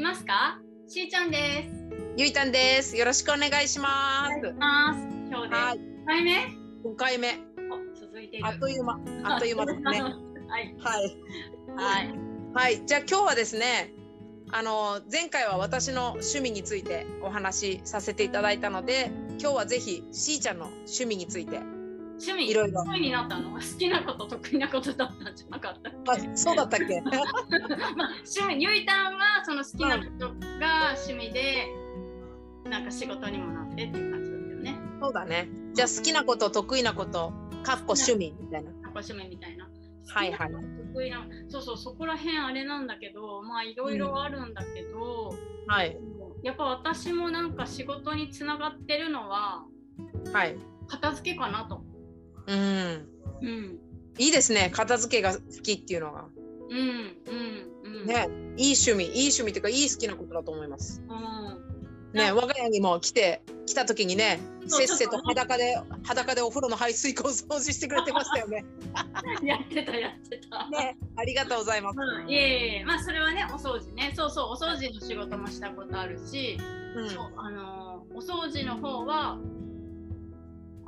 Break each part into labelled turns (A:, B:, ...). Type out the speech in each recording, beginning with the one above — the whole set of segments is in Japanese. A: ますかしーちゃんです
B: ゆいたんです。よろしくお願いしま
A: お願いし
B: す。
A: ます今日で
B: は
A: 1
B: い、
A: 回目
B: 五回目、
A: お続いている
B: あっという間、あっという間ですね。
A: はい
B: はい、
A: はい
B: はい、じゃあ、今日はですね。あの、前回は私の趣味についてお話しさせていただいたので。今日はぜひ、しーちゃんの趣味について。
A: 趣味
B: いろいろ
A: 趣味になったの好きなこと得意なことだったんじゃなかった
B: あ、そうだったっけ。
A: まあ趣味ゆいたんはその好きなことが趣味でなんか仕事にもなってっていう感じだったよね
B: そうだね。じゃあ、好きなこと、得意なこと、かっこ趣味みたいな。
A: なんか趣味みたいな
B: はいはい
A: 好きなこと得意なそうそうそこら辺あれなんだけどまあいろいろあるんだけど、
B: はい、
A: やっぱ私もなんか仕事につながってるのは
B: はい。
A: 片付けかなと。
B: うん。
A: うん
B: いいですね。片付けが好きっていうのが。
A: うんうんうん。
B: ね。いい趣味、いい趣味っていうか、いい好きなことだと思います。
A: うん。
B: ね、
A: な
B: 我が家にも来て来た時にね
A: そう
B: せっせ
A: ちょ
B: と
A: っとね
B: 裸で裸でお風呂の排水口を掃除してくれてました よね。
A: やってたやってた。
B: ねありがとうございます。
A: うん、いえいえまあそれはねお掃除ねそうそうお掃除の仕事もしたことあるし、
B: うん
A: そうあのーお掃除の方は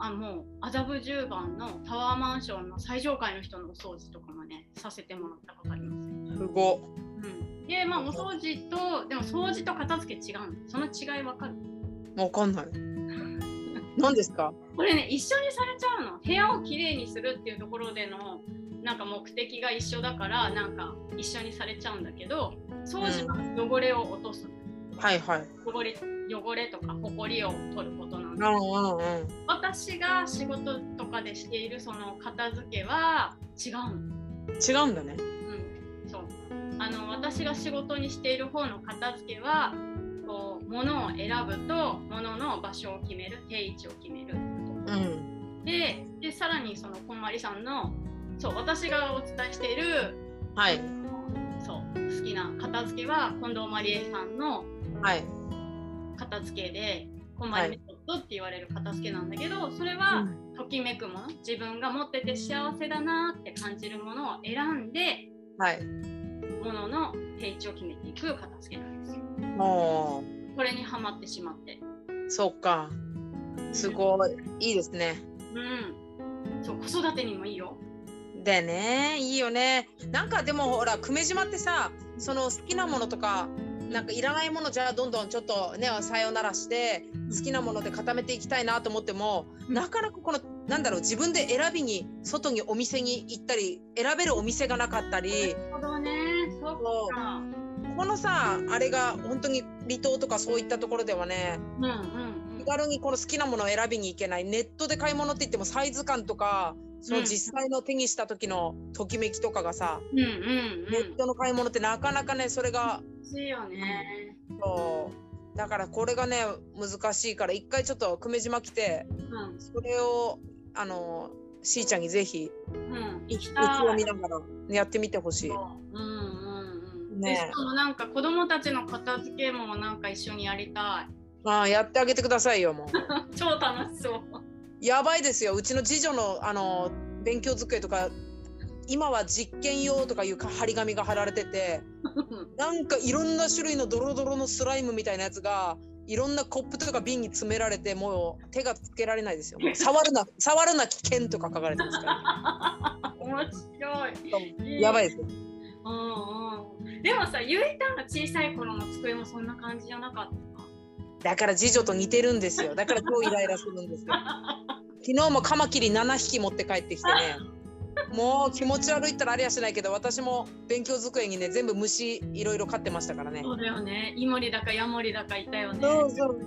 A: あもう麻布十番のタワーマンションの最上階の人のお掃除とかもねさせてもらったことあります。
B: すご
A: うん、でまあお掃除とでも掃除と片付け違うのその違いわかる
B: いわかんない。何ですか？
A: これね一緒にされちゃうの部屋をきれいにするっていうところでのなんか目的が一緒だからなんか一緒にされちゃうんだけど掃除は汚れを落とす、
B: はいはい。
A: 汚れ汚れとかほこりを取ることな
B: う
A: の
B: んうんうん。
A: 私が仕事とかでしているその片付けは違うの、
B: 違うんだね。
A: うん、そうあの私が仕事にしている方の片付けはこう物を選ぶと物の場所を決める定位置を決める
B: うん
A: ででさらにそのこんまりさんのそう私がお伝えしている
B: はい
A: そう好きな片付けは近藤まりえさんの
B: はい
A: 片付けでこんまりメソッドって言われる片付けなんだけど、それはときめくもの自分が持ってて幸せだなって感じるものを選んで
B: はい。
A: ものの定位置を決めていく片付けなんですよ。
B: も
A: これにはまってしまって。
B: うそっかすごいいいですね。
A: うん。そう子育てにもいいよ。
B: でねいいよねなんかでもほら久米島ってさその好きなものとかなんかいらないものじゃあどんどんちょっとねさよならして好きなもので固めていきたいなと思ってもなかなかこのなんだろう自分で選びに外にお店に行ったり選べるお店がなかったり
A: なるほどね。そっか。
B: このさあれが本当に離島とかそういったところではね
A: うんうんうん
B: 気。軽にこの好きなものを選びに行けないネットで買い物って言ってもサイズ感とかその実際の手にした時のときめきとかがさ
A: うんうんうん。
B: ネットの買い物ってなかなかねそれが
A: しいよね。
B: そうだからこれがね難しいから一回ちょっと久米島来て
A: うん
B: それをあのしーちゃんにぜひ
A: うん。
B: 行
A: 行き
B: き
A: た
B: を見
A: い。
B: ながらやってみてほしい。
A: そううんうんうん。で
B: ね
A: しかもなんか子供たちの片付けもなんか一緒にやりた
B: まあやってあげてくださいよもう。
A: い。超楽しそう。
B: やばいですようちの次女のあの勉強机とか今は実験用とかいうか張り紙が貼られててなんかいろんな種類のドロドロのスライムみたいなやつがいろんなコップとか瓶に詰められてもう手がつけられないですよ触るな触るな危険とか書かれてますか
A: 面白い。
B: らやばいですよ
A: うんうん。でもさ、ゆいたんが小さい頃の机もそんな感じじゃなかったか。
B: だから次女と似てるんですよだから超イライラするんですよ昨日もカマキリ7匹持って帰ってきてねもう気持ち悪いったらありゃしないけど私も勉強机にね全部虫いろいろ飼ってましたからね
A: そうだよね。イモリだかヤモリだかいたよね。
B: そうそう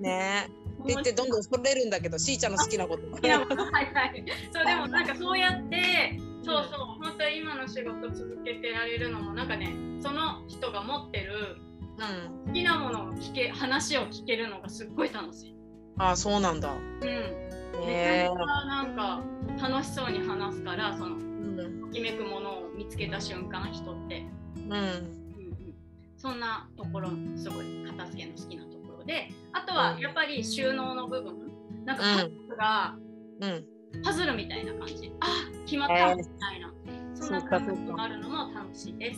B: ねえって言ってどんどんそれるんだけどしーちゃんの好きなこと
A: いやはいはい。そうでもなんかそうやって、そうそう、本当に今の仕事続けてられるのもなんかね、その人が持ってる
B: うん
A: 好きなものを聞け話を聞けるのがすっごい楽しい。
B: ああそうなんだ
A: うん。めち
B: ねえ
A: ゃめちゃなんか楽しそうに話すから、その
B: うん
A: ときめくものを見つけた瞬間人って、
B: うん
A: うんうん、そんなところもすごい片付けの好きなところで、あとはやっぱり収納の部分、なんか家族が、
B: うん
A: パズルみたいな感じあ決まった
B: えー
A: みたいな、そん
B: そう
A: な
B: か
A: 感
B: そう
A: 覚
B: か
A: があるのも楽しいで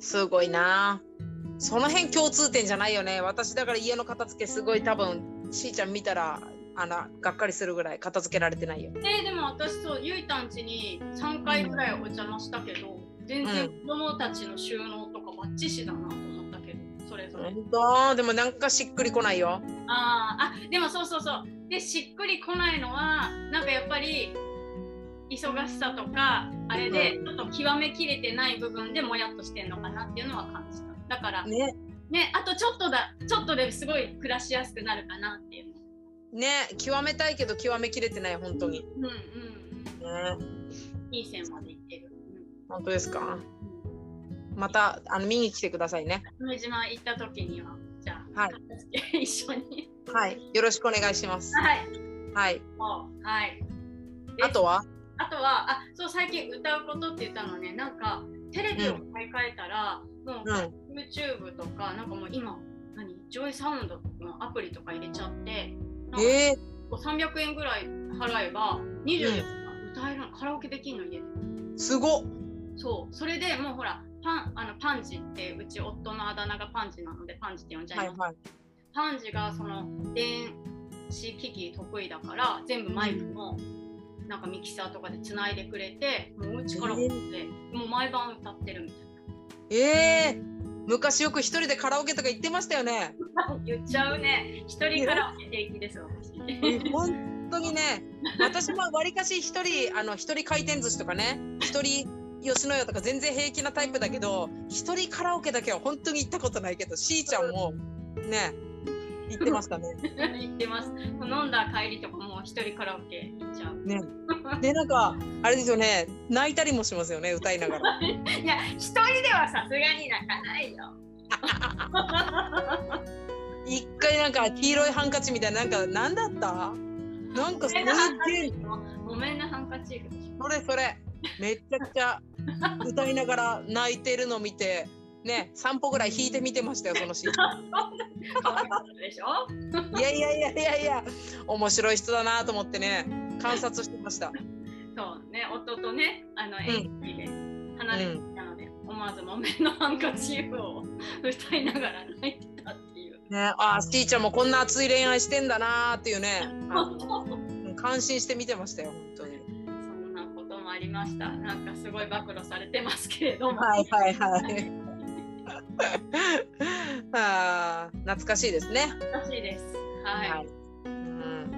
A: す
B: すごいなその辺共通点じゃないよね私だから家の片付けすごい多分しーちゃん見たらあのがっかりするぐらい片付けられてないよ
A: えでも私そうゆいたん家に3回ぐらいお邪魔したけど、全然子供たちの収納とかバッチシだなと思ったけどそれぞれ、
B: 本当でもなんかしっくりこないよ
A: あーあでもそうそうそうでしっくりこないのはなんかやっぱり忙しさとかあれでちょっと極めきれてない部分でもやっとしてんのかなっていうのは感じただからね
B: ね
A: あとちょっとだちょっとですごい暮らしやすくなるかなっていうの
B: ね極めたいけど極めきれてない本当にね
A: うんうんいい線までいってる、
B: 本当です
A: う
B: か
A: ん
B: またあの見に来てくださいね
A: うん、宇島行った時にはじゃあ、
B: はい
A: 片付け一緒に
B: はいよろしくお願いします
A: はい
B: はい
A: もうはいで
B: あとは
A: あとはあそう最近歌うことって言ったのねなんかテレビを買い替えたら、も
B: うん
A: う YouTube とかなんかもう今何ジョイサウンドのアプリとか入れちゃってなんか
B: え
A: こう300円ぐらい払えば24時間歌えるの、カラオケできるの家で
B: ー、すごっ
A: そうそれでもうほらパンあのパンジってうち夫のあだ名がパンジなのでパンジって呼んじゃいま
B: は
A: す、
B: いはい
A: パンジがその電子機器得意だから全部マイクもなんかミキサーとかでつないでくれてもうお家から持ってもう毎晩歌ってるみたい
B: えー、昔よく一人でカラオケとか行ってましたよね
A: な言っちゃうね一人カラオケ平気です私
B: 本当にね私もわりかし一人あの一人回転寿司とかね一人吉野家とか全然平気なタイプだけど一人カラオケだけは本当に行ったことないけどしーちゃんもね行ってましたね。
A: 言ってます飲んだ帰りとかもう一人カラオケ行っちゃう
B: ねでなんかあれですよね泣いたりもしますよね歌いながら。
A: いや一人ではさすがに泣かないよ
B: 一回なんか黄色いハンカチみたいななんか何だったなんかす
A: ごめ
B: げ
A: んなハンカ
B: え
A: チごめんなハンカチーフでしょ
B: それそれめっちゃくちゃ歌いながら泣いてるの見てね散歩ぐらい弾いてみてましたよそのシーン。
A: 可愛かったでしょ
B: いやいやいやいやいや面白い人だなと思ってね観察してまし
A: そ
B: た。
A: うね、夫とね、あの遠距離で離れていたので、思わず木綿のハンカチーフを 歌いながら泣いてたっていう。
B: ね、ああ、スティーちゃんもこんな熱い恋愛してんだなーっていうね、あ
A: そ
B: の感心して見てましたよ、本当に。
A: んなこともありました。なんかすごい暴露されてますけれども。
B: はいはいはい。 ああ、懐かしいですね。
A: らしいです。はい。
B: はいうん、
A: うん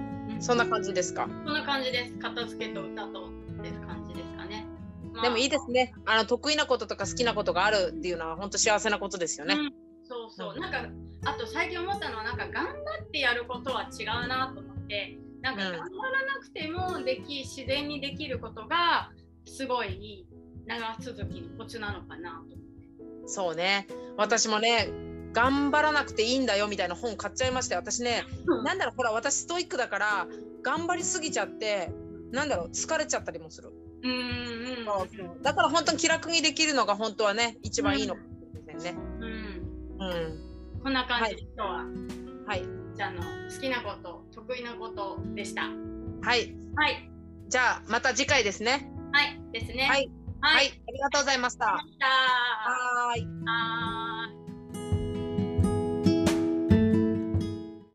B: そんな感じですか。
A: そんな感じです。片付けと歌とっていう感じですかね。まあ
B: でもいいですね。あの得意なこととか好きなことがあるっていうのは本当幸せなことですよね。
A: うんそうそう。なんかあと最近思ったのはなんか頑張ってやることは違うなと思って、なんか
B: うん
A: 頑張らなくてもでき自然にできることがすごい長続きのコツなのかなと。
B: そうね。私もね、頑張らなくていいんだよみたいな本買っちゃいましたよ。私ね、なんだろうほら私ストイックだから頑張りすぎちゃってなんだろう疲れちゃったりもする
A: うんうん
B: だから本当に気楽にできるのが本当はね一番いいのかもしれませんね、
A: うんうん。
B: うん
A: こんな感じで今日は、
B: はい
A: じゃああの好きなこと得意なことでした。は
B: はい
A: い
B: じゃあまた次回ですね
A: はいですね。
B: はい
A: は。
B: はいいありがとうございました
A: ありがとうございました
B: はーい
A: はーい